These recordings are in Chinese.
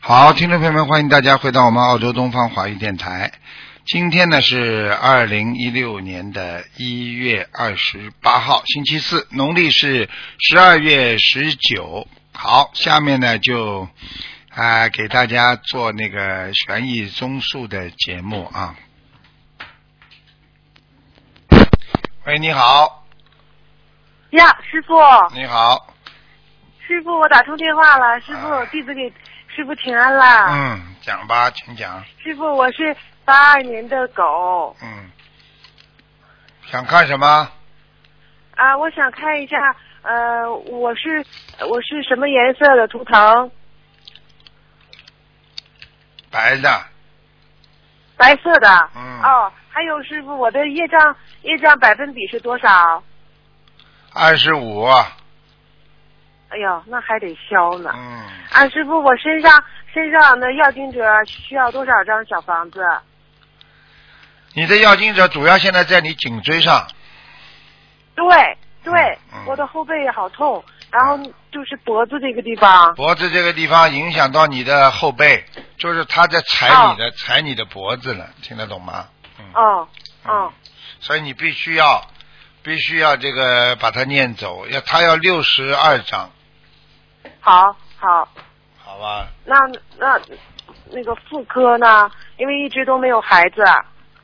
好，听众朋友们，欢迎大家回到我们澳洲东方华语电台。今天呢是二零一六年的一月二十八号，星期四，农历是十二月十九。好，下面呢就啊、给大家做那个悬疑综述的节目啊。喂，你好，呀，师傅，你好，师傅，我打通电话了，师啊傅，弟子给师傅请安啦。嗯，讲吧，请讲，师傅，我是八二年的狗嗯，想看什么？啊，我想看一下，呃，我是我是什么颜色的图腾？白的，白色的。嗯哦，还有师傅，我的业障业障百分比是多少？二十五，啊哎呦，那还得消呢。嗯，啊，师傅，我身上身上的要经者需要多少张小房子？你的药精者主要现在在你颈椎上，对对嗯，我的后背好痛，然后就是脖子这个地方。脖子这个地方影响到你的后背，就是他在踩你的、踩你的脖子了，听得懂吗？嗯，哦嗯哦，所以你必须要必须要这个把它念走，要他要六十二章，好好，好吧？那那那个妇科呢？因为一直都没有孩子，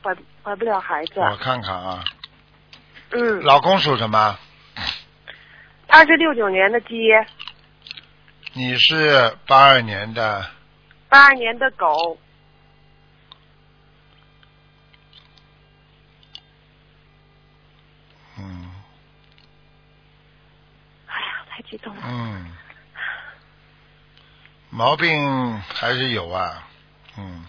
怀怀不了孩子。我看看啊，嗯，老公属什么？他是六九年的鸡，你是八二年的，八二年的狗。嗯哎呀，太激动了。嗯，毛病还是有啊，嗯。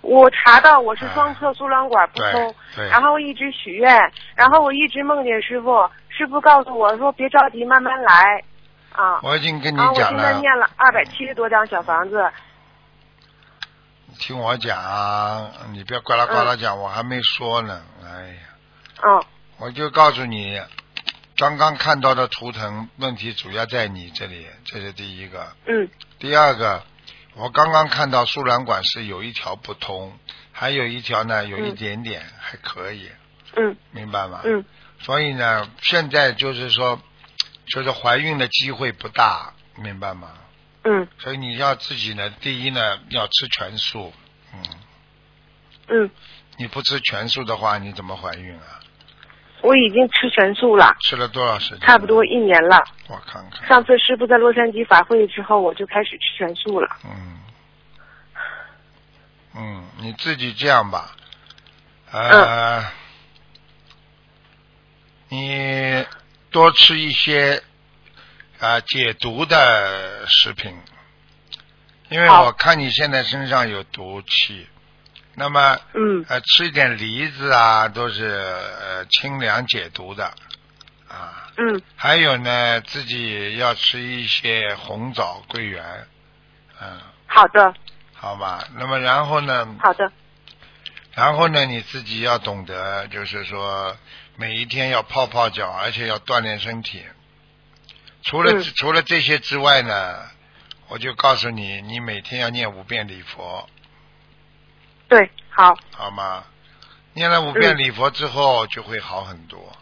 我查到我是双侧输卵管不对通，对然后我一直许愿，然后我一直梦见师傅，师傅告诉我说别着急，慢慢来。啊，我已经跟你然后我讲现在了，念了二百七十多张小房子。听我讲，你不要呱啦呱啦讲，我还没说呢。哎呀，嗯，我就告诉你，刚刚看到的图腾问题主要在你这里，这是第一个。嗯，第二个，我刚刚看到输卵管是有一条不通，还有一条呢有一嗯点点、还可以，嗯，明白吗？嗯，所以呢，现在就是说，就是怀孕的机会不大，明白吗？嗯，所以你要自己呢，第一呢要吃全素，嗯，嗯，你不吃全素的话，你怎么怀孕啊？我已经吃全素了，吃了多少时间？差不多。一年了。我看看，上次师傅在洛杉矶法会之后，我就开始吃全素了。嗯，嗯，你自己这样吧，呃，嗯你多吃一些啊、解毒的食品，因为好我看你现在身上有毒气，那么。嗯呃，吃一点梨子啊，都是呃清凉解毒的啊。嗯还有呢，自己要吃一些红枣、桂圆，嗯，好的好吧。那么然后呢，好的，然后呢，你自己要懂得，就是说每一天要泡泡脚，而且要锻炼身体。除了、嗯除了这些之外呢，我就告诉你，你每天要念五遍礼佛。对，好，好吗？念了五遍嗯礼佛之后就会好很多。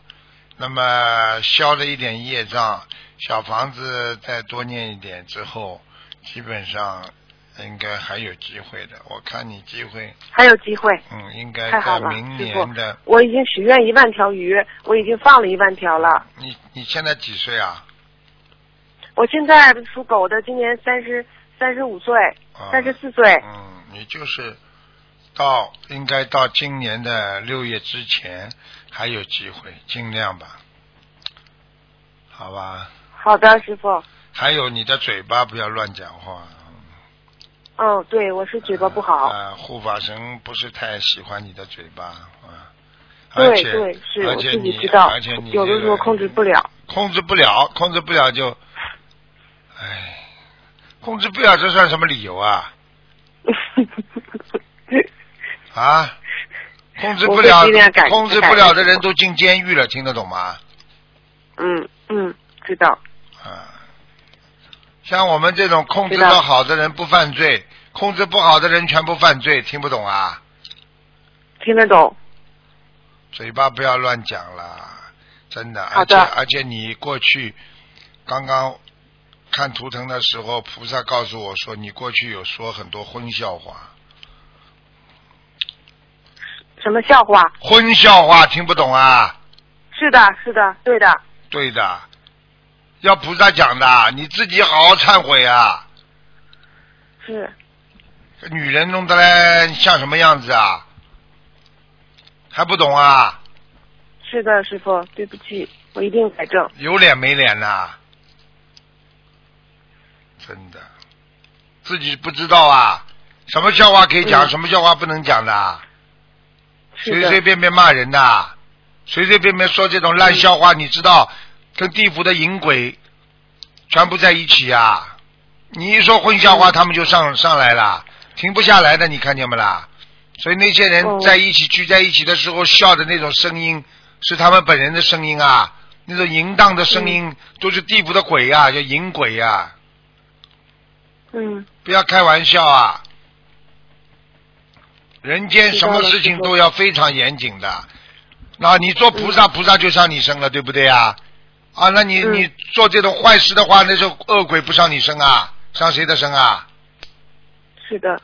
那么消了一点业障，小房子再多念一点之后，基本上应该还有机会的。我看你机会，还有机会。嗯，应该在太好了明年的。我已经许愿一万条鱼，我已经放了一万条了。你你现在几岁啊？我现在属狗的，今年三十三十五岁，啊三十四岁。嗯，你就是到应该到今年的六月之前还有机会，尽量吧，好吧。好的，师傅。还有你的嘴巴不要乱讲话。嗯，对，我是嘴巴不好。啊、护法神不是太喜欢你的嘴巴啊。而对且对，是而我且自己你知道而且你，有的时候控制不了，了。 控制不了，控制不了就，唉，控制不了这算什么理由啊啊！控制不我了会尽量改，进控制不了的人都进监狱了，听得懂吗？嗯嗯，知道。啊，像我们这种控制对的的好的人不犯罪，控制不好的人全部犯罪，听不懂啊？听得懂？嘴巴不要乱讲啦，真的。而好且的而且你过去刚刚看图腾的时候，菩萨告诉我说，你过去有说很多荤笑话，什么笑话？荤笑话听不懂啊？是的，是的，对的，对的，要菩萨讲的，你自己好好忏悔啊！是女人弄得来像什么样子啊？还不懂啊？是的，师傅，对不起，我一定改正。有脸没脸呐、真的，自己不知道啊，什么笑话可以讲，嗯什么笑话不能讲的啊，是随的，随便便骂人的啊，随随便便说这种烂笑话，你知道，跟地府的淫鬼全部在一起啊。你一说混嗯笑话，他们就上上来了，停不下来的，你看见没啦？所以那些人哦在一起聚在一起的时候笑的那种声音，是他们本人的声音啊，那种淫荡的声音都是地府的鬼啊，叫淫鬼啊，嗯，不要开玩笑啊！人间什么事情都要非常严谨的。那你做菩萨，菩萨就上你身了，对不对啊？啊，那你嗯你做这种坏事的话，那时候恶鬼不上你身啊，上谁的身啊？是的，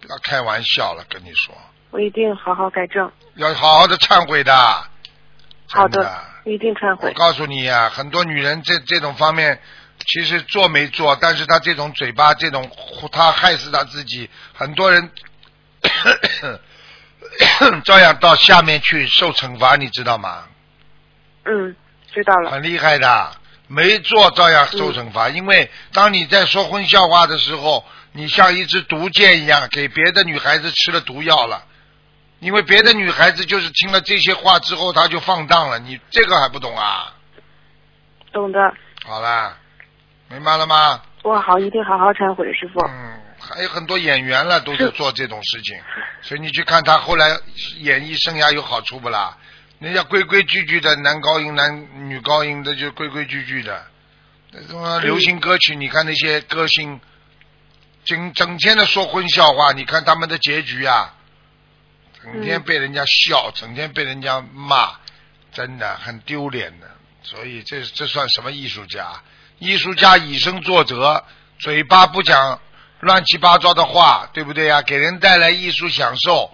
不要开玩笑了，跟你说，我一定好好改正。要好好的忏悔的。好真的，我一定忏我悔。告诉你啊，很多女人这这种方面，其实做没做，但是她这种嘴巴这种，她害死她自己，很多人 照样到下面去受惩罚，你知道吗？嗯，知道了。很厉害的，没做照样受惩罚，因为当你在说荤笑话的时候，你像一支毒箭一样，给别的女孩子吃了毒药了。因为别的女孩子就是听了这些话之后，她就放荡了，你这个还不懂啊？懂的，好啦，明白了吗？我好，一定好好忏悔，师傅。嗯，还有很多演员了都是是做这种事情，所以你去看他后来演艺生涯有好处不啦？人家规规矩矩的，男高音男女高音的就规规矩矩的。那种流行歌曲，你看那些歌星，整整天的说荤笑话，你看他们的结局啊，整天嗯被人家笑，整天被人家骂，真的很丢脸的。所以这这算什么艺术家？艺术家以身作则，嘴巴不讲乱七八糟的话，对不对呀、给人带来艺术享受，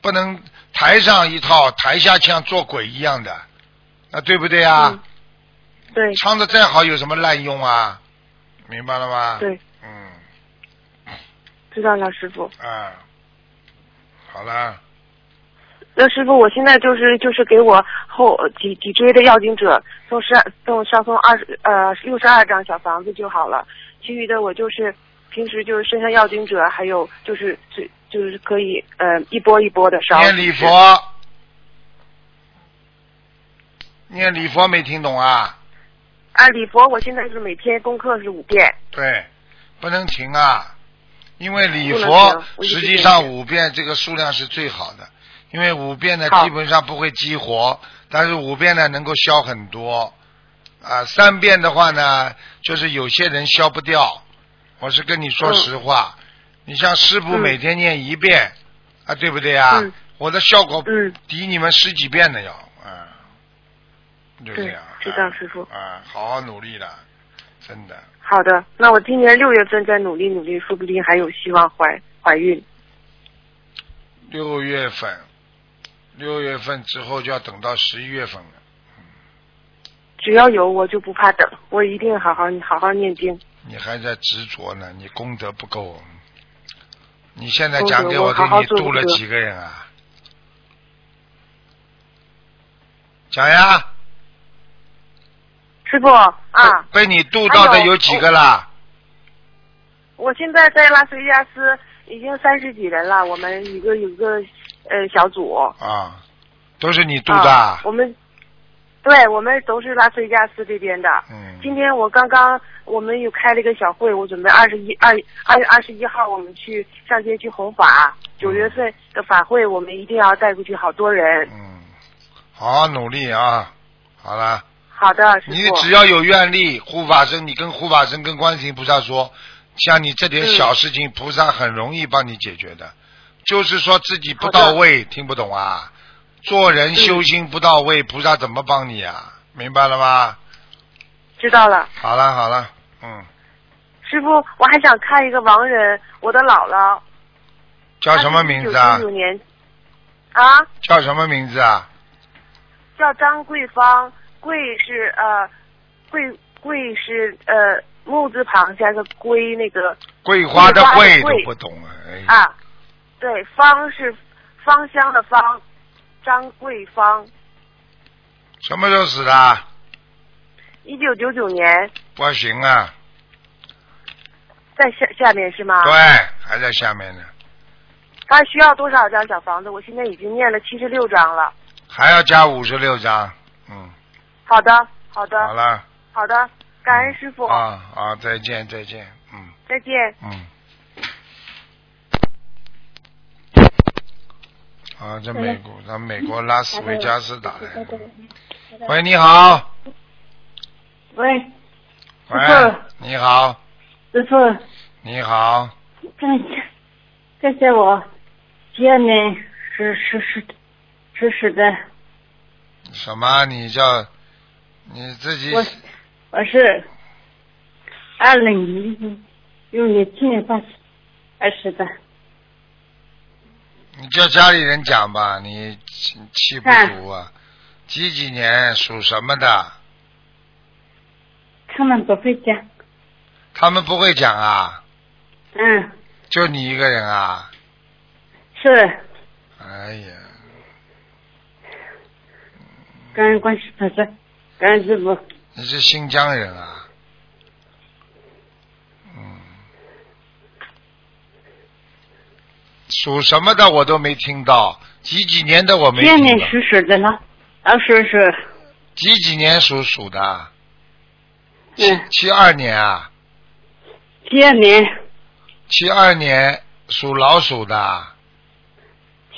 不能台上一套，台下像做鬼一样的，那对不对呀、嗯对唱的再好有什么滥用啊？明白了吗？。对，嗯知道了，师傅。啊，好了，那师傅，我现在就是就是给我后脊脊椎的要经者送十二送上送二十呃六十二张小房子就好了，其余的我就是平时就是身上要经者，还有就是最就是可以呃一波一波的烧。念礼佛，念礼佛没听懂啊？啊，礼佛我现在是每天功课是五遍，对，不能停啊，因为礼不能佛停我一直实际上五遍这个数量是最好的，因为五遍呢好基本上不会激活，但是五遍呢能够消很多。啊，三遍的话呢，就是有些人消不掉。我是跟你说嗯实话，你像师傅嗯每天念一遍，啊，对不对啊？嗯我的效果嗯，抵你们十几遍的要，啊，就这对样。知道啊师傅啊，好好努力了，真的。好的，那我今年六月份再努力努力，说不定还有希望怀怀孕。六月份，六月份之后就要等到十一月份了。只要有我就不怕等，我一定好好好好念经。你还在执着呢，你功德不够。你现在功德讲给我听好，好你做度了功德几个人啊？讲呀，师傅啊，被你度到的还有有几个啦？我现在在拉斯维加斯已经三十几人了，我们一个有个呃小组啊，都是你度的啊啊。我们对，我们都是拉斯维加斯这边的。今嗯，天我刚刚我们有开了一个小会，我准备二十一二二月二十一号我们去上街去弘法，九月份的法会我嗯们一定要带过去好多人。嗯，好好努力啊！好了，好的，师你傅只。要有愿力，护法神，你跟护法神跟观世音菩萨说，像你这嗯点小事情，菩萨很容易帮你解决的。就是说自己不到位，听不懂啊？做人修心不到嗯位，菩萨怎么帮你啊？明白了吗？知道了，好了好了，嗯，师傅，我还想看一个亡人，我的姥姥。叫什么名字啊九？九年。啊，叫什么名字啊？叫张桂芳，桂是呃，桂桂是呃木字旁加个归那个桂花的桂花的桂都桂不懂啊！哎，啊，对，芳是芳香的芳，张桂芳，什么时候死的啊？一九九九年，不行啊，在下下面是吗？对，还在下面呢，他需要多少张小房子？我现在已经念了七十六张了。还要加五十六张，嗯，好的，好的，好了。好的，感恩师傅，啊啊，再见再见，嗯再见。嗯。啊，这好美嘞国，咱美国拉斯维加斯打来的。喂，喂，你好，喂，喂师，你好，师傅，你好，感谢感谢我，第二年是是是是是的，什么？你叫你自己我我是二零一六年今年八十二十的，你叫家里人讲吧，你气气不是足啊？几几年属什么的？他们不会讲，他们不会讲啊？嗯，就你一个人啊？是哎呀，感恩关系菩萨，感恩师傅，你是新疆人啊？嗯，属什么的我都没听到，几几年的我没第二听年到。是是的了，二十是几几年属鼠的？七嗯，七二年啊，第二年七二年属老鼠的啊？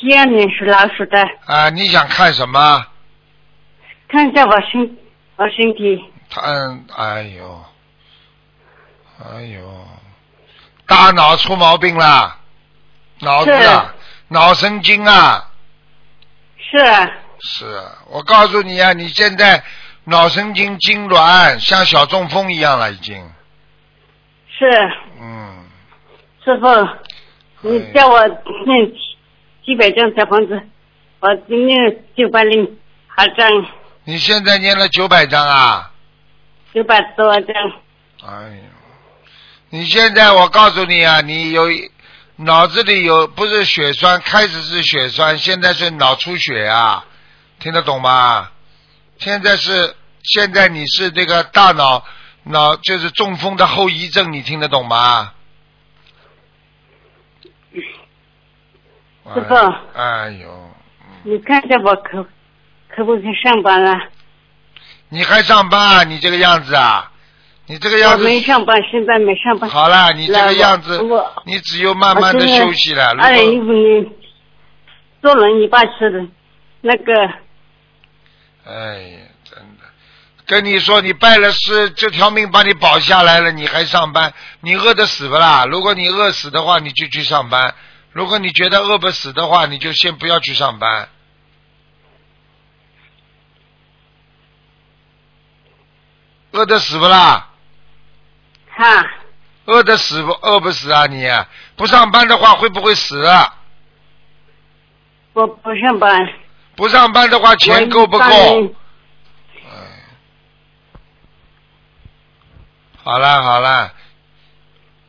第二年是老鼠的，你想看什么？看一下我身我身体，他嗯，哎呦，哎呦，大脑出毛病啦，脑子啊，脑神经啊。是啊是我告诉你啊，你现在脑神经痉挛，像小中风一样了，已经。是。嗯，师傅，你叫我念几百张小房子，我今天九百零八张，你现在念了九百章啊？九百多张，哎呦，你现在我告诉你啊，你有脑子里有不是血栓，开始是血栓，现在是脑出血啊，听得懂吗？现在是现在你是这个大脑脑就是中风的后遗症，你听得懂吗？师傅哎呦，你看一下我可可不可以上班啊了？你还上班啊？你这个样子啊？你这个样我子没上班，现在没上班。好了，你这来个我样子我，你只有慢啊慢的休息了。二零一如果五年坐轮椅八次的，那个哎呀，真的，跟你说，你拜了师，这条命把你保下来了，你还上班，你饿得死不啦？如果你饿死的话，你就去上班；如果你觉得饿不死的话，你就先不要去上班。饿得死不啦？哈，饿得死不饿不死啊你？不上班的话会不会死啊？我不上班。不上班的话钱够不我够一般？哎，好啦好啦，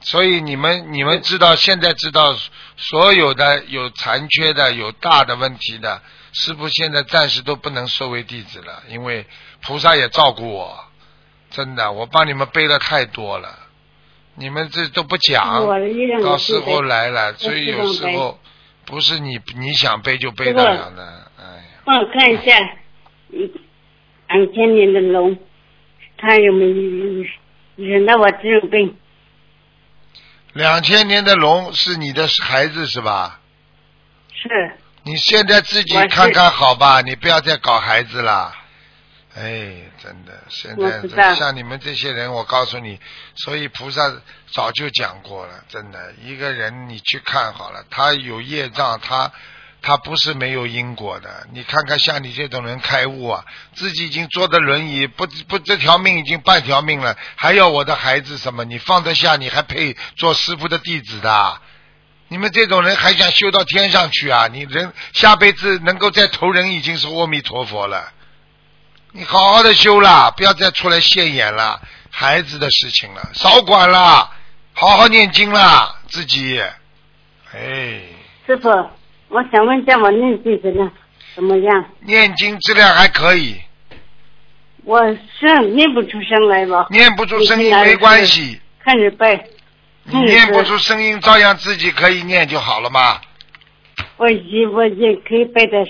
所以你们你们知道现在知道所有的有残缺的有大的问题的师傅现在暂时都不能收为弟子了，因为菩萨也照顾我，真的我帮你们背了太多了，你们这都不讲。我的月亮到也时是候的，来了，所以有时候不是你你想背就背得了的，哎呀，帮我看一下，嗯，两千年的龙，看有没有忍到我这种病？两千年的龙是你的孩子是吧？是你现在自己我是看看好吧，你不要再搞孩子了。哎，真的，现我知道在像你们这些人，我告诉你，所以菩萨早就讲过了，真的，一个人你去看好了，他有业障，他他不是没有因果的。你看看像你这种人开悟啊，自己已经坐的轮椅，不不，这条命已经半条命了，还要我的孩子什么？你放得下？你还配做师傅的弟子的啊？你们这种人还想修到天上去啊？你人下辈子能够再投人，已经是阿弥陀佛了。你好好的修啦，不要再出来现眼了，孩子的事情了，少管啦，好好念经啦，自己。哎，师傅，我想问一下我那弟子呢怎么样？念经质量还可以，我是念不出声来吧？念不出声音没关系，看着背，你念不出声音照样自己可以念就好了嘛。我也我也可以背的，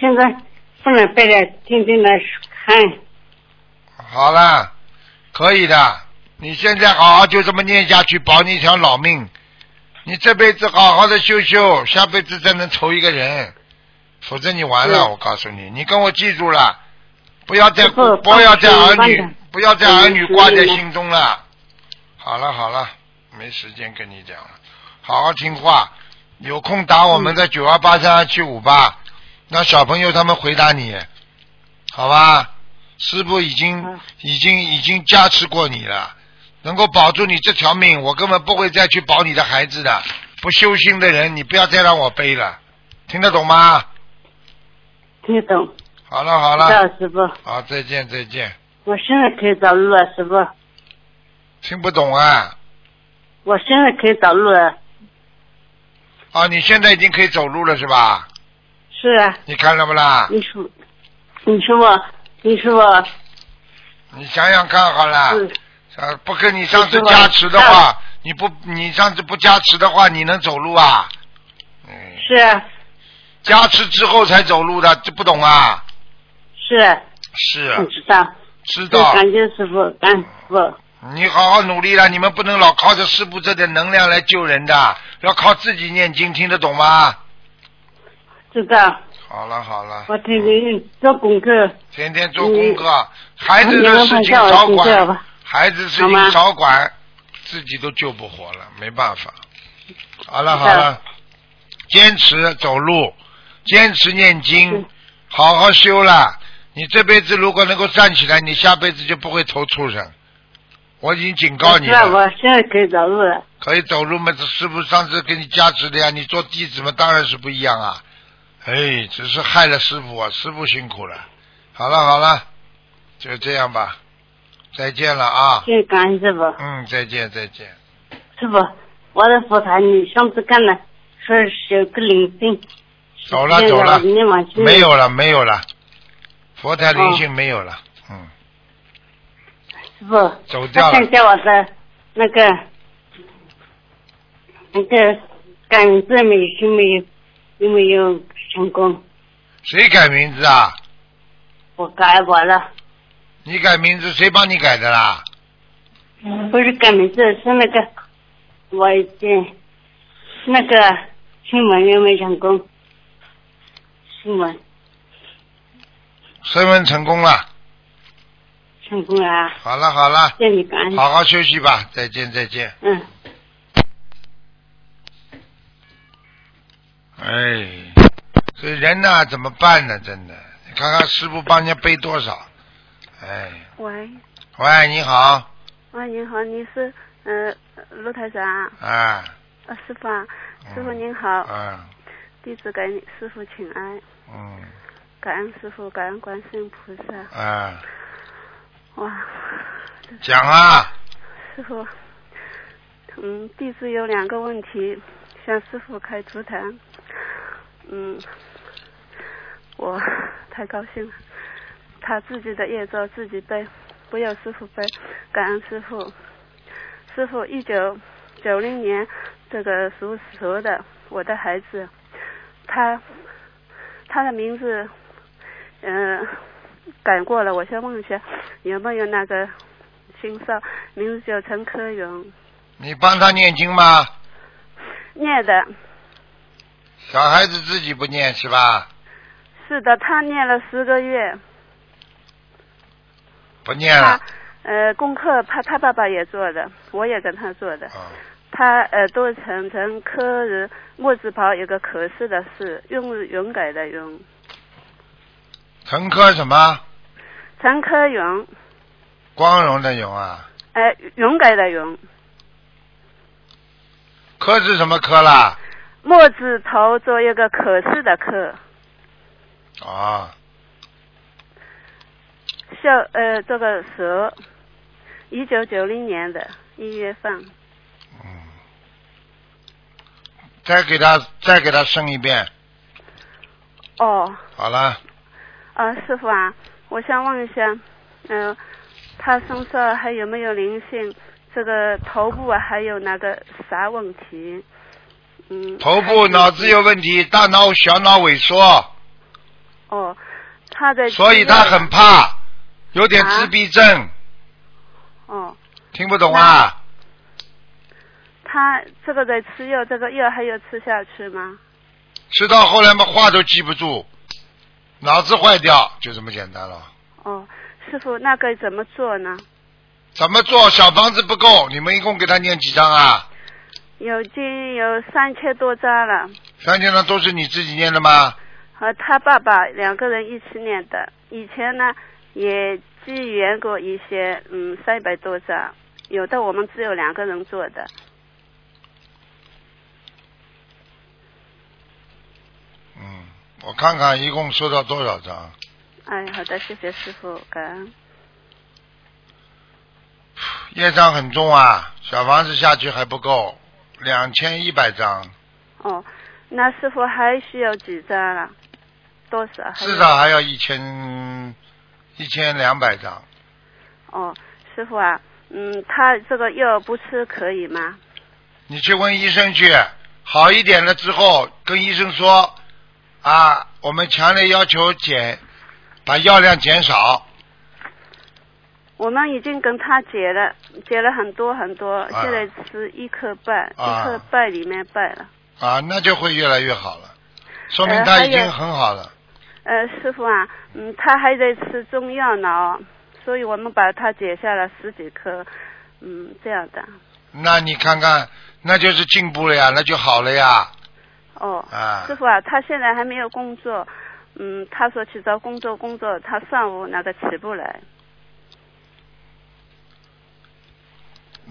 现在不能背的，天天来看。好了，可以的。你现在好好就这么念下去，保你一条老命。你这辈子好好的修修，下辈子再能投一个人，否则你完了。嗯我告诉你，你跟我记住了，不要再师父不要再儿帮助你女帮着不要再儿女嗯挂在嗯心中了。好了好了，没时间跟你讲了，好好听话。有空打我们的嗯九二八三二七五八，让小朋友他们回答你，好吧？师傅已经、嗯已经已经加持过你了，能够保住你这条命，我根本不会再去保你的孩子的。不修心的人，你不要再让我背了，听得懂吗？听得懂？好了好知了，道师傅，好再见再见，我现在可以走路了，师傅，听不懂啊我现在可以走路了。啊！你现在已经可以走路了是吧？是啊，你看到不啦？你说，你说我，你说啊我，你想想看好了。嗯，啊，不跟你上次就是吧加持的话，你不你上次不加持的话，你能走路啊？嗯，是啊，加持之后才走路的，这不懂啊？是啊，我是知道，知就道，感谢师傅，感恩师傅。你好好努力了，你们不能老靠着师傅这点能量来救人的，要靠自己念经，听得懂吗？知道，好了好了，我天天做功课，天天做功课，孩子你的们事快情叫我少睡觉管吧，孩子事好吗情少管，自己都救不活了，没办法。好了是好了，坚持走路，坚持念经嗯，好好修了。你这辈子如果能够站起来，你下辈子就不会投畜生。我已经警告我你知道了，我现在可以走路了。可以走路吗？这师傅上次给你加持的呀，你做弟子嘛，当然是不一样啊。哎，只是害了师傅啊，师傅辛苦了。好了好了，就这样吧，再见了啊。谢谢感恩师傅，嗯，再见再见。师傅，我的佛台你上次看了，说是有个灵性，走了现在走了我念完经没，有了没有了，佛台灵性没有了，嗯，师傅，走掉他了看。啊见我的那个那个感恩证明有没有有没有成功？谁改名字啊？我改完了，你改名字谁帮你改的啦？不是改名字，是那个我已经那个新闻有没有成功？新闻。升温成功了。成功了啊，好了好了，谢谢你感恩。好好休息吧，再见再见。嗯，哎，这人呐怎么办呢？真的，你看看师傅帮人家背多少。哎，喂，喂，你好，喂，您好，您是呃陆台长啊，啊，呃师傅啊，嗯师傅您好，啊，弟子给你师傅请安，嗯，感恩师傅，感恩观世音菩萨，啊，哇，讲啊，师傅， 嗯，弟子有两个问题向师傅开足坛，嗯，我太高兴了，他自己的业障自己背，不要师傅背，感恩师傅。师傅，一九九零年这个属蛇的我的孩子，他他的名字，嗯、改过了，我先问一下有没有那个新少，名字叫陈科勇，你帮他念经吗？念的小孩子自己不念是吧？是的，他念了十个月，不念了他。呃，功课他他爸爸也做的，我也跟他做的。啊，他呃，都成成科日木字旁有个可是的是，用勇改的勇，陈科什么？陈科勇，光荣的荣啊，呃，勇改的勇，科是什么科啦？木字头做一个可是的可，啊，笑呃这个蛇，一九九零年的一月份，再给他再给他升一遍，哦。好了，啊，师傅啊，我想问一下，嗯、他身上还有没有灵性？这个头部啊，还有那个啥问题？嗯，头还有部脑子有问题，大脑小脑萎缩，哦，他在所以他很怕，有点自闭症，哦，听不懂啊？他这个在吃药，这个药还有吃下去吗？吃到后来嘛，话都记不住，脑子坏掉，就这么简单了。哦，师傅，那该怎么做呢？怎么做？小房子不够，你们一共给他念几张啊？有经有三千多张了，三千张都是你自己念的吗？和他爸爸两个人一起念的。以前呢也寄援过一些，嗯，三百多张，有的我们只有两个人做的。嗯，我看看一共收到多少张。哎，好的，谢谢师傅，感恩。业障很重啊，小房子下去还不够，两千一百张，哦，那师傅还需要几张了？多少？还有至少还要一千一千两百张。哦，师傅啊，嗯，他这个药不吃可以吗？你去问医生去，好一点了之后跟医生说，啊，我们强烈要求减，把药量减少。我们已经跟他解了，解了很多很多，啊现在吃一颗半，啊一颗半里面半了。啊，那就会越来越好了，说明呃他还已经有很好了。呃，师傅啊，嗯，他还在吃中药呢哦，所以我们把它解下了十几颗，嗯，这样的。那你看看，那就是进步了呀，那就好了呀。哦，啊师傅啊，他现在还没有工作，嗯，他说去找工作，工作他上午那个起不来。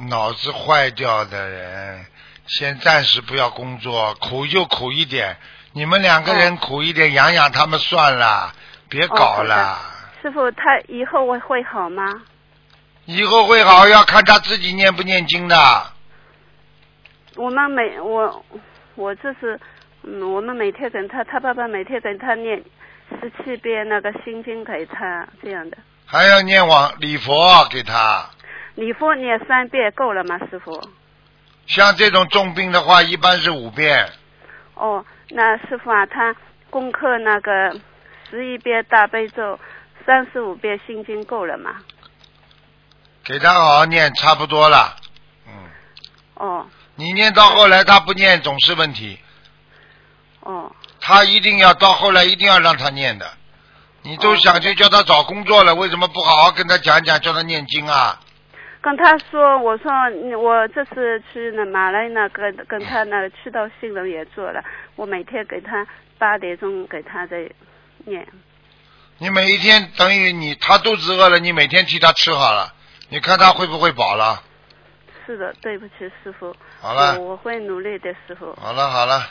脑子坏掉的人，先暂时不要工作，苦就苦一点。你们两个人苦一点，养养他们算了，别搞了。师傅，他以后会会好吗？以后会好，要看他自己念不念经的。我们每我我这是，嗯，我们每天给他，他爸爸每天给他念十七遍那个心经给他这样的，还要念往礼佛给他。礼佛念三遍够了吗，师傅？像这种重病的话，一般是五遍。哦，那师傅啊，他功课那个十一遍大悲咒，三十五遍心经够了吗？给他好好念，差不多了。嗯，哦你念到后来他不念总是问题，哦他一定要到后来一定要让他念的。你都想去叫他找工作哦了，为什么不好好跟他讲讲，叫他念经啊？跟他说，我说你我这次去那马来那跟跟他那去到新人也做了，我每天给他八点钟给他在念。你每一天等于你他肚子饿了，你每天替他吃好了，你看他会不会饱了？是的，对不起师傅，好了我，我会努力的，师傅。好了，好了。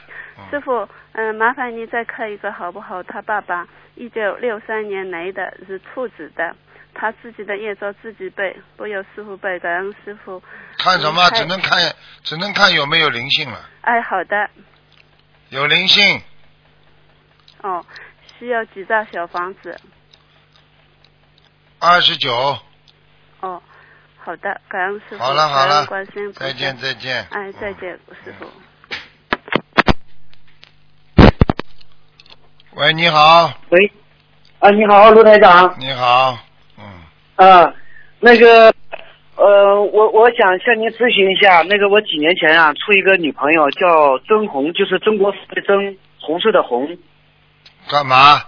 师傅，嗯、麻烦您再看一个好不好？他爸爸一九六三年来的，是兔子的，他自己的业照自己背，不由师傅背，感恩师傅。看什么？嗯还只能看，只能看有没有灵性了。哎，好的，有灵性，哦，需要几幢小房子？二十九。哦，好的，感恩师傅，好了好嗯感了恩关心，再见。再见。哎，再嗯。见，师傅。喂，你好，喂，啊，你好，卢台长，你好，嗯，啊，那个，呃，我我想向您咨询一下，那个我几年前啊，处一个女朋友叫曾红，就是中国的曾，红色的红，干嘛？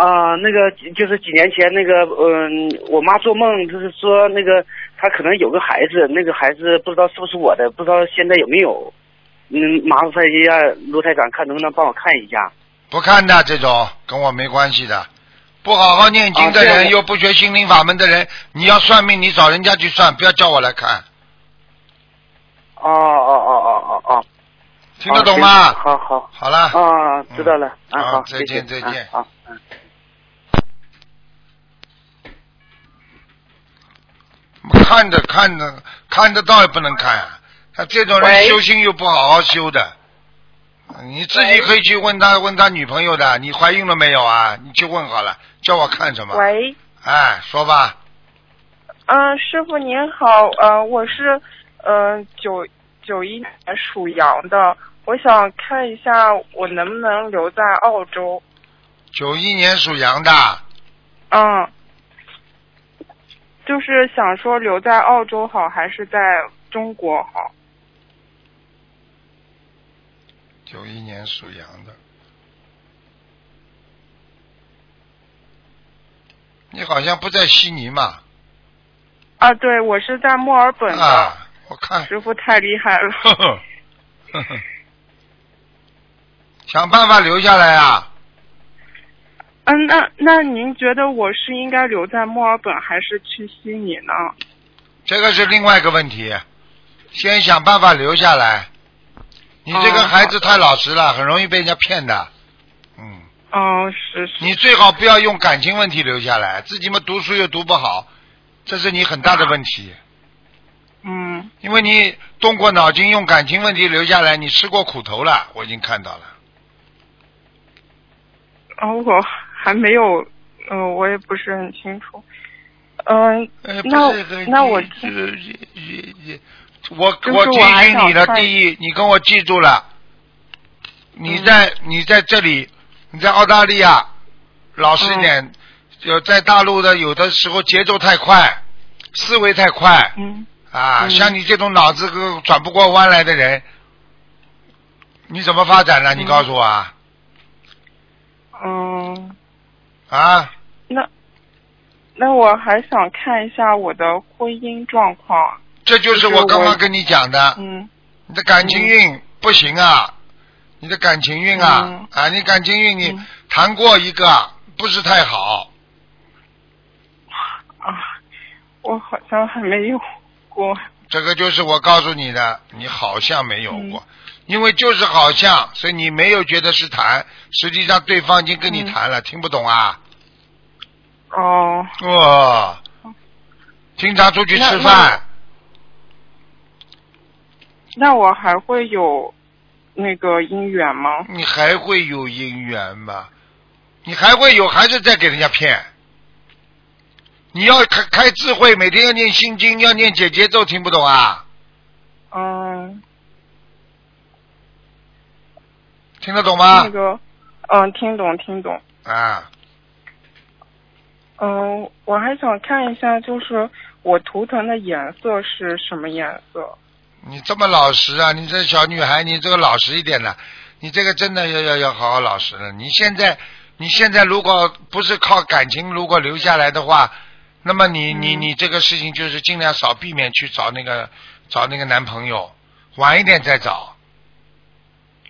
啊、那个就是几年前那个，嗯、我妈做梦就是说那个她可能有个孩子，那个孩子不知道是不是我的，不知道现在有没有。嗯，麻烦一下卢台长，看能不能帮我看一下。不看的这种跟我没关系的。不好好念经的啊对人，我又不学心灵法门的人，你要算命，你找人家去算，不要叫我来看，哦哦哦哦哦哦，听得懂吗哦？行好好。好了，啊，知道了。嗯啊，好好，谢再谢见再啊见好。看着看着看得到也不能看啊，他这种人喂修心又不好好修的，你自己喂可以去问他问他女朋友的，你怀孕了没有啊？你去问好了，叫我看什么？喂，哎，说吧，嗯、师傅您好，呃，我是嗯九九一年属羊的，我想看一下我能不能留在澳洲。九一年属羊的，嗯，就是想说留在澳洲好还是在中国好？九一年属羊的，你好像不在悉尼嘛？啊，对，我是在墨尔本的。啊，我看， 师傅太厉害了。呵呵，呵呵，想办法留下来啊！嗯，那那您觉得我是应该留在墨尔本还是去悉尼呢？这个是另外一个问题，先想办法留下来。你这个哦孩子太老实了，很容易被人家骗的。嗯，嗯，是是。你最好不要用感情问题留下来，自己嘛读书又读不好，这是你很大的问题。嗯因为你动过脑筋，用感情问题留下来，你吃过苦头了，我已经看到了。然后哦我还没有，嗯、我也不是很清楚。嗯、呃、那不是很那我这也也也，我就是我我提还醒你想了，看第一，你跟我记住了，嗯你在、你在这里，你在澳大利亚，老实一嗯点，有在大陆的有的时候节奏太快，思维太快嗯啊，嗯像你这种脑子个转不过弯来的人，你怎么发展呢？你嗯告诉我啊、嗯，啊！那那我还想看一下我的婚姻状况。这就是我刚刚跟你讲的，嗯你的感情运不行啊，你的感情运啊、嗯啊，你感情运你嗯谈过一个不是太好，啊，我好像还没有过。这个就是我告诉你的，你好像没有过，嗯因为就是好像，所以你没有觉得是谈，实际上对方已经跟嗯你谈了，听不懂啊？哦，哇、经常出去那吃饭，那我还会有那个姻缘吗？你还会有姻缘吗？你还会有，还是在给人家骗？你要开开智慧，每天要念心经，要念解节奏，听不懂啊？嗯，听得懂吗那？个，嗯，听懂听懂。啊，嗯，我还想看一下，就是我图腾的颜色是什么颜色？你这么老实啊！你这小女孩，你这个老实一点的，你这个真的要要要好好老实了。你现在，你现在如果不是靠感情，如果留下来的话，那么你你嗯你这个事情就是尽量少避免去找那个找那个男朋友，晚一点再找。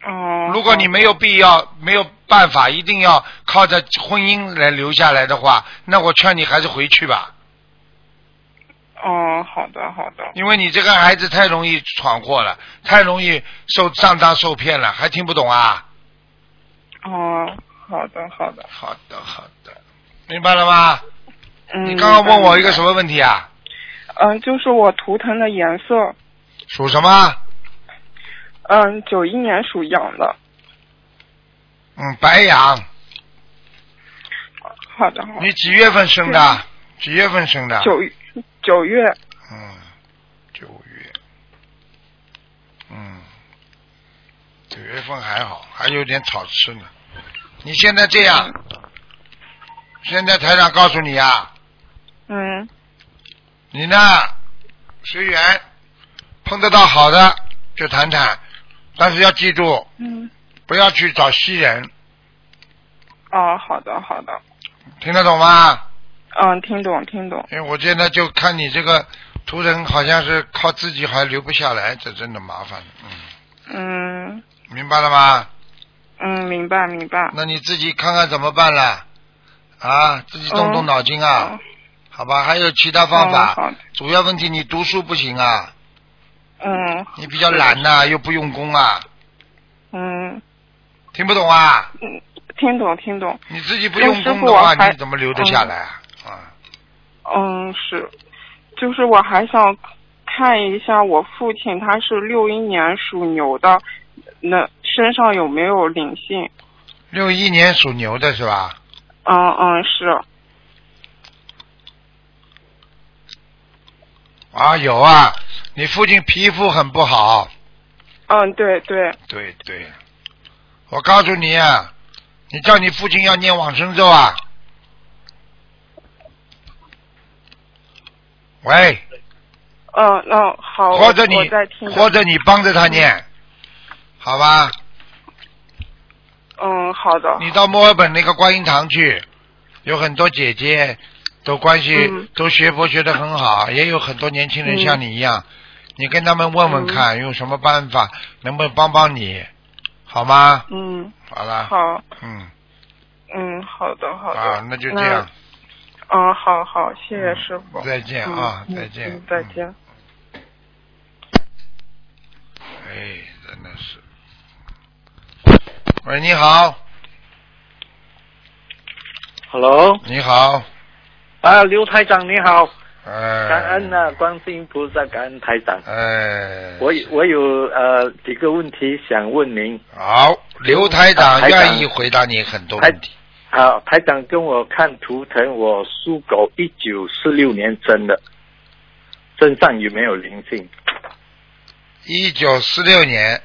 嗯，如果你没有必要、没有办法，一定要靠着婚姻来留下来的话，那我劝你还是回去吧，嗯，好的好的，因为你这个孩子太容易闯祸了，太容易受上当受骗了，还听不懂啊？哦，好的好的。好的，好的，明白了吗？嗯，你刚刚问我一个什么？么问题啊？嗯，就是我图腾的颜色，属什么？嗯，九一年属羊的。嗯，白羊。好的好的你啊几月份生的？几月份生的？九九月，嗯，九月，嗯，九月份还好，还有点草吃呢。你现在这样，现在台长告诉你啊，嗯你呢，随缘，碰得到好的就谈谈，但是要记住，嗯，不要去找西人，哦，好的好的，听得懂吗？嗯，听懂听懂。因为我现在就看你这个图腾，好像是靠自己还留不下来，这真的麻烦。嗯，嗯明白了吗？嗯，明白明白。那你自己看看怎么办了，啊，自己动动嗯脑筋啊，嗯好吧？还有其他方嗯好法的，主要问题你读书不行啊，嗯你比较懒呐、又不用功啊，嗯听不懂啊？嗯，听懂听懂。你自己不那用师功傅的我话，还你怎么留得下来啊？啊，嗯，是，就是我还想看一下我父亲，他是六一年属牛的，那身上有没有灵性？六一年属牛的是吧？嗯嗯，是，啊，有啊，你父亲皮肤很不好。嗯对对，对对，我告诉你啊，你叫你父亲要念往生咒啊。喂，嗯嗯好，或者我你我在听着，或者你帮着他念，好吧？嗯好的，你到墨尔本那个观音堂去，有很多姐姐都关系、嗯都学佛学得很好，也有很多年轻人像你一嗯样，你跟他们问问看，用什么办法能不能帮帮你，好吗？嗯好了，好，嗯，嗯好的好的，啊，那就这样，嗯好好，谢谢师傅，再见啊，嗯再见，嗯再见。嗯。哎，真的是。喂，你好， Hello，你好，啊，刘台长你好，呃，感恩啊，观世音菩萨，感恩台长。哎，我有我有呃几个问题想问您好，刘台长台长愿意回答你很多问题。啊，台长跟我看图腾，我属狗，一九四六年生的，身上有没有灵性？一九四六年，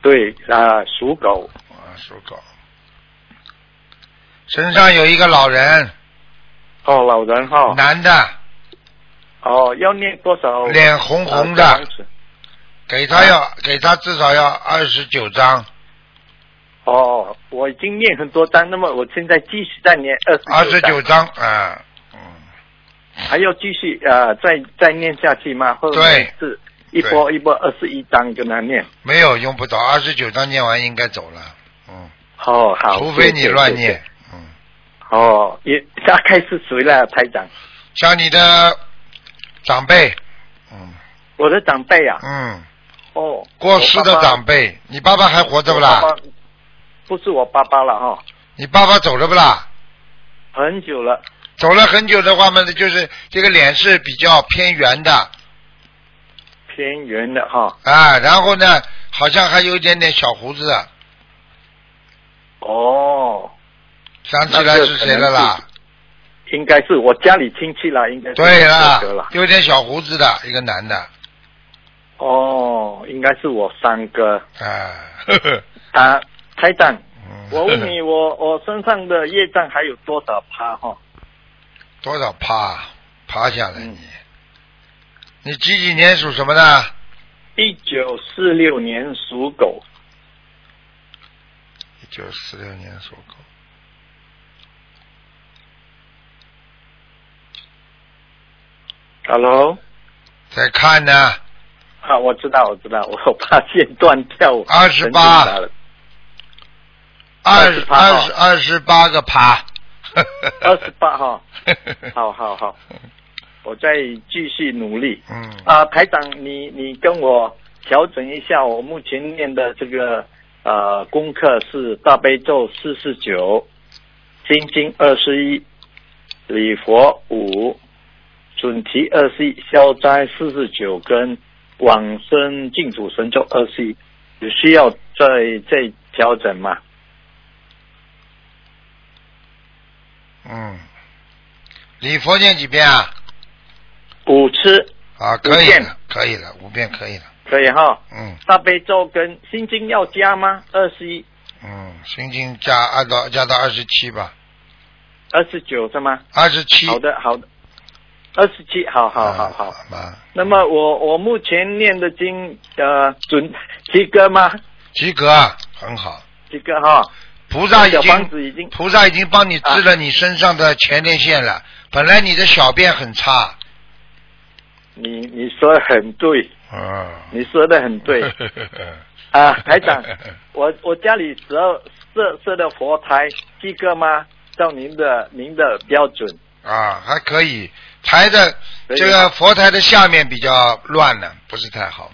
对啊，属狗啊，属狗，身上有一个老人，哦，老人哈、哦，男的，哦，要念多少？脸红红的啊小房子给他要给他至少要二十九张，哦，我已经念很多章，那么我现在继续再念二十二十九张啊，嗯，还要继续呃，再再念下去吗？或者对是一波一波二十一章跟他念。没有用不着，二十九张念完应该走了，嗯，哦，好，除非你谢谢乱。谢念谢，嗯，哦，也大概是谁了，台长？像你的长辈，嗯我的长辈啊，嗯，哦，过世的长辈，你爸爸还活着对不啦？不是我爸爸了哈、你爸爸走了不啦？很久了。走了很久的话嘛，那就是这个脸是比较偏圆的，偏圆的哈、啊，然后呢，好像还有一点点小胡子，哦，想起来是谁的啦？应该是我家里亲戚啦，应该是对啦啦，，有点小胡子的一个男的，哦，应该是我三哥啊， 呵呵啊，台长，嗯我问你，我我身上的业障还有多少趴哈、多少趴趴下来嗯你？你几几年属什么的？一九四六年属狗，一九四六年属狗。 Hello，再看呢，啊，我知道，我知道，我怕线断掉。我28神经打了二28二号十二十八个趴，二十八哈，好，好好好，我再继续努力。 嗯，啊，台长，你你跟我调整一下，我目前念的这个呃功课是大悲咒四四九，心经二十一，礼佛五，准提二十一，消灾四十九跟往生净土神咒二十一，有需要再再调整吗？嗯，礼佛念几遍啊？五次啊，可五以了遍，可以了，五遍可以了。可以哈，嗯大悲咒跟心经要加吗？二十一、嗯，心经加按到加到二十七吧，二十九是吗？二十七。好的，好的，二十七，好好好好。啊吧，那么我我目前念的经呃准及格吗？及格啊，很好。及格哈。菩萨已小房经子已经啊菩萨已经帮你治了你身上的前列腺了，本来你的小便很差，你你说的很对，嗯，你说的很 对啊，台长，我我家里只要设设的佛台七个吗？照您的您的标准，啊，还可以，台的可以啊这个佛台的下面比较乱了，不是太好，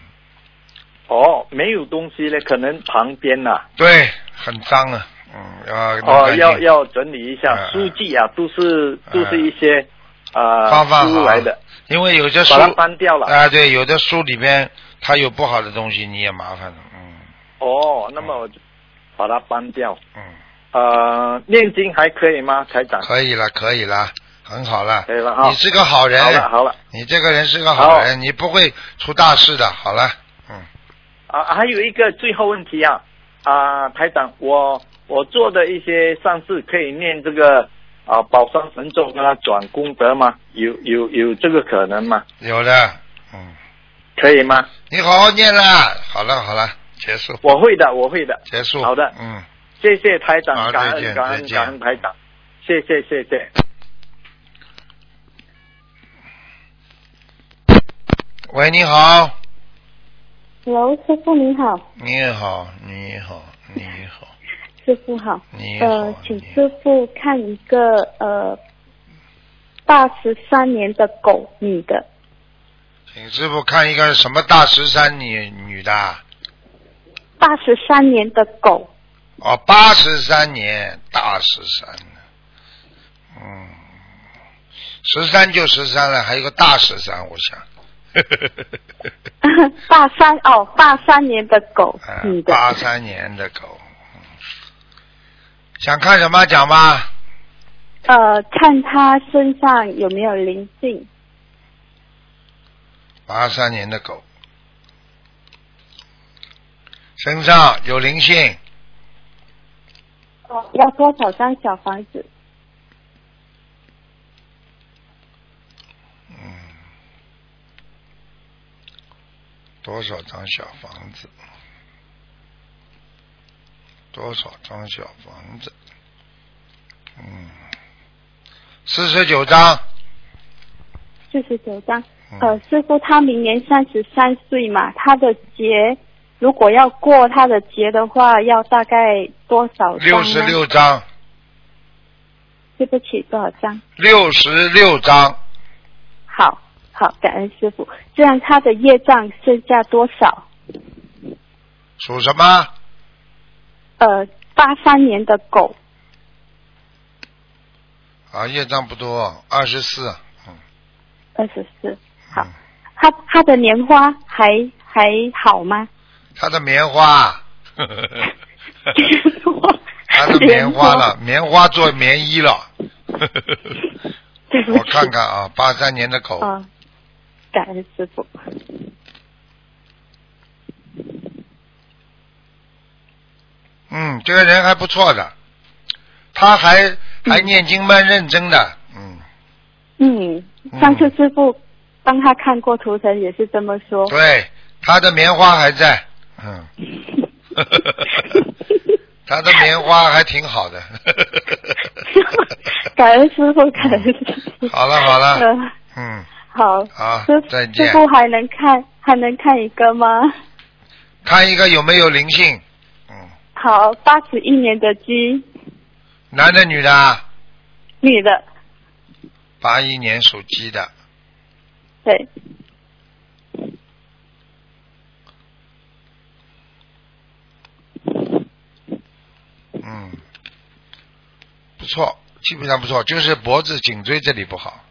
哦，没有东西呢，可能旁边啊呐、对，很脏啊，嗯，要弄哦，干净要要整理一嗯下嗯书记啊，都是都是嗯一些啊、翻翻书好来的，因为有些书把它翻掉了。啊，对，有的书里边它有不好的东西，你也麻烦了，嗯哦，那么我就把它搬掉。嗯，呃，念经还可以吗，台长？可以了，可以了，很好了，啊可以了啊你是个好人，好了好了你这个人是个好人，你不会出大事的。好了，嗯，啊，还有一个最后问题啊啊，台长，我我做的一些善事可以念这个啊宝山神咒跟他转功德吗？有有有这个可能吗？有的，嗯，可以吗？你好好念啦。好了好了，结束我会的，我会的。结束。好的嗯，谢谢台长好，感再见恩感再恩见感恩台长，谢谢谢谢。喂，你好， hello，师傅你好，你好，你好，你好，师傅好，你好，呃，请你师傅看一个呃八十三年的狗女的，请师傅看一个什么大十三女女的啊，八十三年的狗， 哦，八十三年大十三嗯，十三就十三了，还有个大十三，我想。哎八三哦，八三年的狗呃女的，八三年的狗，嗯想看什么讲吧？呃，看她身上有没有灵性，八三年的狗，身上有灵性，哦要多少张小房子？嗯多少张小房子？多少张小房子？嗯，四十九张。四十九张。呃嗯，，师傅他明年三十三岁嘛，他的劫如果要过他的劫的话，要大概多少张六呢十六张，对不起，多少张？六十六张。好，好，感恩师傅。这样他的业障剩下多少？属什么？呃，八三年的狗，啊，业障不多，二十四。嗯，二十四。好，他他的莲花还还好吗？ 他的棉花， 他的棉花了，棉花做棉衣了。对不起我看看啊，八三年的狗，啊、感恩师傅。嗯，这个人还不错的，他还还念经蛮认真的，嗯，嗯，上次师傅帮他看过图腾，也是这么 说。 对，他的棉花还在，嗯， 他的棉花还挺好 的。感恩师傅，感恩师傅。好了好了，呃，嗯，好，好师，再见师。傅还能看还能看一个吗？看一个有没有灵性，嗯，好，八十一年的鸡，男的女的啊，女的，八一年属鸡的，对，嗯，不错，基本上不错，就是脖子、颈椎这里不好，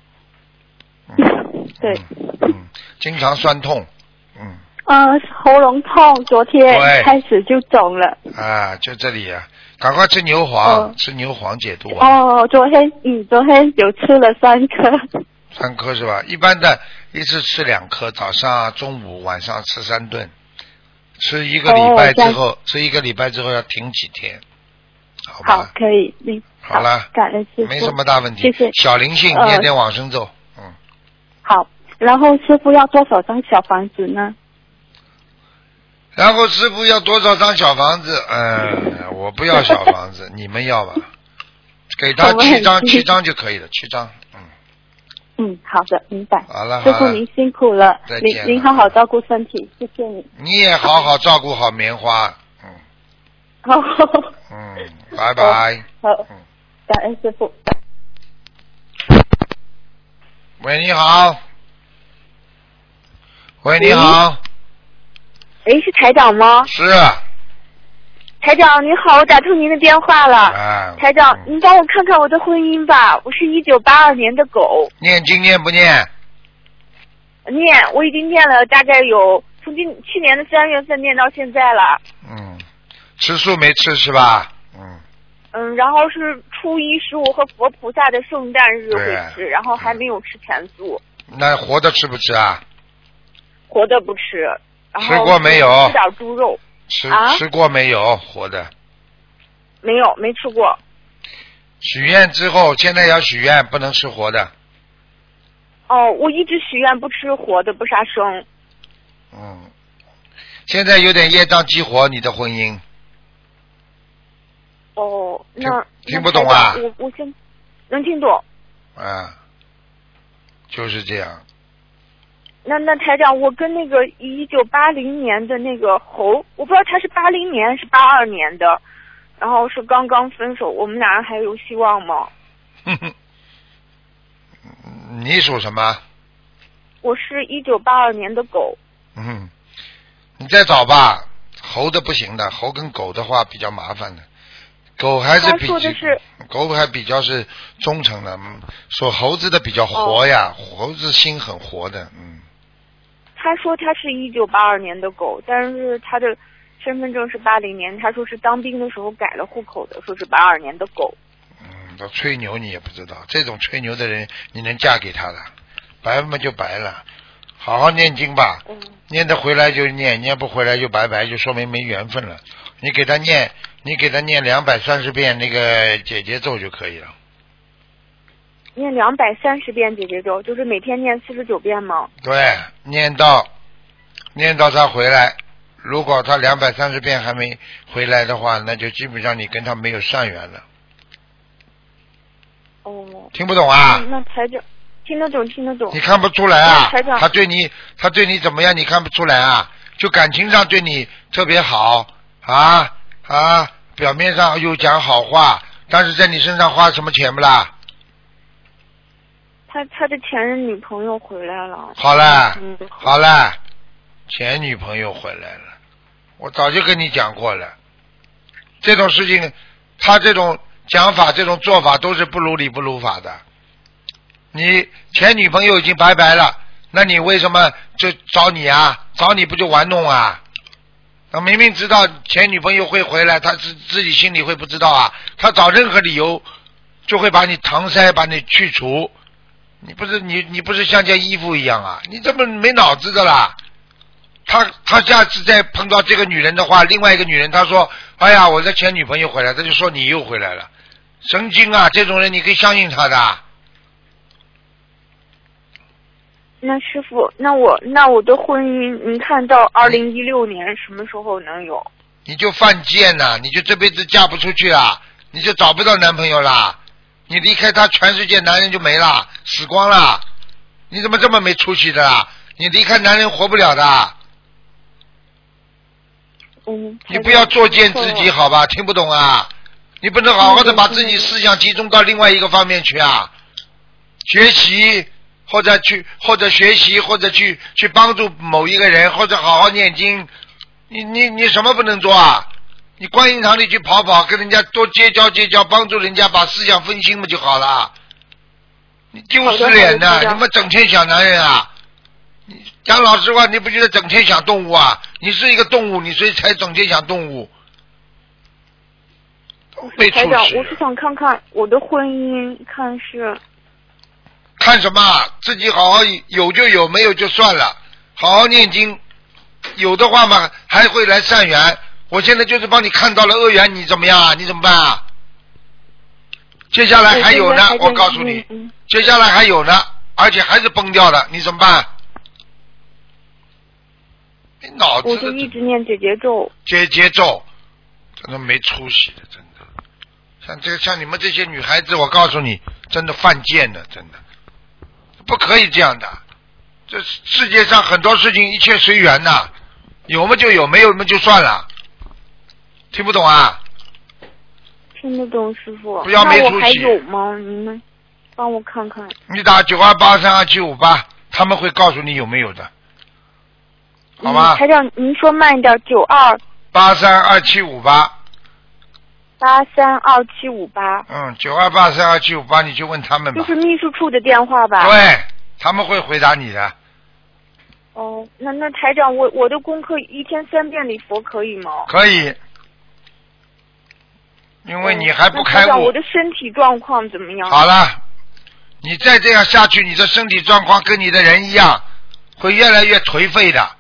对，嗯，经常酸痛，嗯，呃，喉咙痛，昨天对开始就肿了。啊，就这里啊，赶快吃牛黄，哦吃牛黄解毒啊，哦，昨天嗯，昨天有吃了三颗。三颗是吧？一般的一次吃两颗，早上啊、中午、晚上吃三顿，吃一个礼拜哦这样之后，吃一个礼拜之后要停几天，好吧？好，可以，嗯，好了感恩师傅。没什么大问题。谢谢小灵性，呃念点往生咒，嗯，好，然后师傅要多少张小房子呢？然后师傅要多少张小房子？嗯、我我不要小房 子，你们要吧？给他我们七张，很七张就可以了，七张。嗯，嗯，好的，明白。好了师好傅了您辛苦了再，见您了您好好照顾身体，谢谢你。你也好好照顾好棉花。嗯好，嗯，拜拜。 好嗯，感恩师傅。喂，你好。喂，你好，喂，哎是台长吗？是，台长您好，我打通您的电话了。哎，台长，嗯您帮我看看我的婚姻吧。我是一九八二年的狗，念经念不念？念我已经念了大概有从今去年的三月份念到现在了。嗯，吃素没吃是吧？嗯，嗯，然后是初一十五和佛菩萨的圣诞日会吃，对嗯然后还没有吃全素，那活的吃不吃啊？活的不吃。然后吃过没有吃点猪肉，吃啊吃过没有？活的。没有，没吃过。许愿之后，现在要许愿，不能吃活的。哦，我一直许愿不吃活的，不杀生。嗯，现在有点业障激活你的婚姻，哦，那听听不懂啊那台长我我先能听懂。啊，就是这样。那那台长，我跟那个一九八零年的那个猴，我不知道他是八零年是八二年的，然后是刚刚分手，我们俩人还有希望吗？哼哼，嗯 你属什么？我是一九八二年的狗，嗯，你再找吧。猴的不行的，猴跟狗的话比较麻烦的。狗还是他比说的是狗还比较是忠诚的，嗯属猴子的比较活呀，哦猴子心很活的，嗯，他说他是一九八二年的狗，但是他的身份证是八零年，他说是当兵的时候改了户口的，说是八二年的狗。嗯，都吹牛你也不知道，这种吹牛的人你能嫁给他的，白嘛就白了，好好念经吧，嗯，念得回来就念，念不回来就拜拜，就说明没缘分了。你给他念，你给他念两百三十遍那个姐姐咒就可以了，念两百三十遍姐姐咒，就是每天念四十九遍吗？对，念到念到他回来。如果他两百三十遍还没回来的话，那就基本上你跟他没有善缘了。哦，听不懂啊？那台长听得懂，听得懂你。看不出来啊嗯台？长他对你，他对你怎么样？你看不出来啊？就感情上对你特别好啊啊，表面上又讲好话，但是在你身上花什么钱不啦？他他的前任女朋友回来了。好了，嗯，好了，前女朋友回来了，我早就跟你讲过了，这种事情，他这种讲法、这种做法都是不如理不如法的。你前女朋友已经拜拜了，那你为什么就找你啊？找你不就玩弄啊？那明明知道前女朋友会回来，他自自己心里会不知道啊？他找任何理由就会把你搪塞，把你去除。你不是你你不是像件衣服一样啊？你这么没脑子的啦！他他下次再碰到这个女人的话，另外一个女人他说：“哎呀，我的前女朋友回来。”他就说你又回来了，神经啊！这种人你可以相信他的啊。那师傅，那我那我的婚姻，您看到二零一六年什么时候能有？你就犯贱呐、你就这辈子嫁不出去啊，你就找不到男朋友啦，你离开他，全世界男人就没了，死光了。你怎么这么没出息的啦？你离开男人活不了的，啊嗯，你不要作践自己好。好吧？听不懂啊？你不能好好的把自己思想集中到另外一个方面去啊，学习或者去或者学习或者去去帮助某一个人，或者好好念经，你你你什么不能做啊？你观音堂里去跑跑，跟人家多结交结交，帮助人家把思想分心不就好了？你丢好的死脸好呐！的知道你们整天想男人啊！你讲老实话，你不觉得整天想动物啊？你是一个动物，你所以才整天想动物，都被台处长，我是置。想看看我的婚姻，看是看什么啊？自己好好有就有，没有就算了，好好念经。有的话嘛，还会来善缘。我现在就是帮你看到了恶缘，你怎么样啊？你怎么办啊？接下来还有呢，我告诉你，嗯接下来还有呢，而且还是崩掉的，你怎么办？你脑子我就一直念姐姐咒。接接咒，真的没出息的，真的。像这个像你们这些女孩子，我告诉你，真的犯贱的，真的，不可以这样的。这世界上很多事情一切随缘呐、有么就有，没有么就算了。听不懂啊？听得懂师傅？不要没那我出息还有吗？你们帮我看看。你打九二八三二七五八，他们会告诉你有没有的，好嗯吗？台长，您说慢一点，九二八三二七五八，八三二七五八，嗯，九二八三二七五八，你去问他们吧就。是秘书处的电话嗯吧？。对，他们会回答你的。哦，那那台长，我我的功课一天三遍礼佛可以吗？可以，因为你还不哦那开台长，悟我。的身体状况怎么样？好了，你再这样下去，你的身体状况跟你的人一样，会越来越颓废的。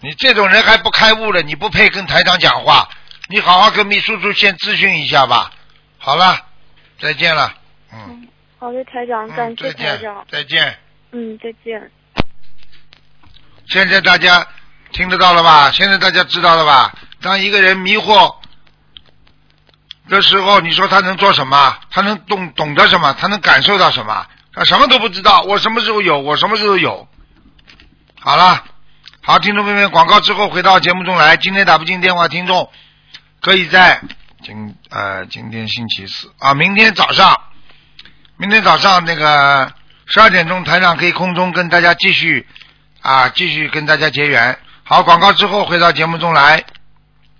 你这种人还不开悟了，你不配跟台长讲话。你好好跟秘书处先咨询一下吧。好了，再见了。嗯，好的，台长，感嗯，谢再台见长，。再见。嗯，再见。现在大家听得到了吧？现在大家知道了吧？当一个人迷惑的时候，你说他能做什么？他能懂懂得什么？他能感受到什么？他什么都不知道。我什么时候有？我什么时候有？好了，好，听众朋友们，广告之后回到节目中来。今天打不进电话，听众可以在今呃今天星期四啊，明天早上，明天早上那个十二点钟，台长可以空中跟大家继续。啊，继续跟大家结缘。好，广告之后回到节目中来。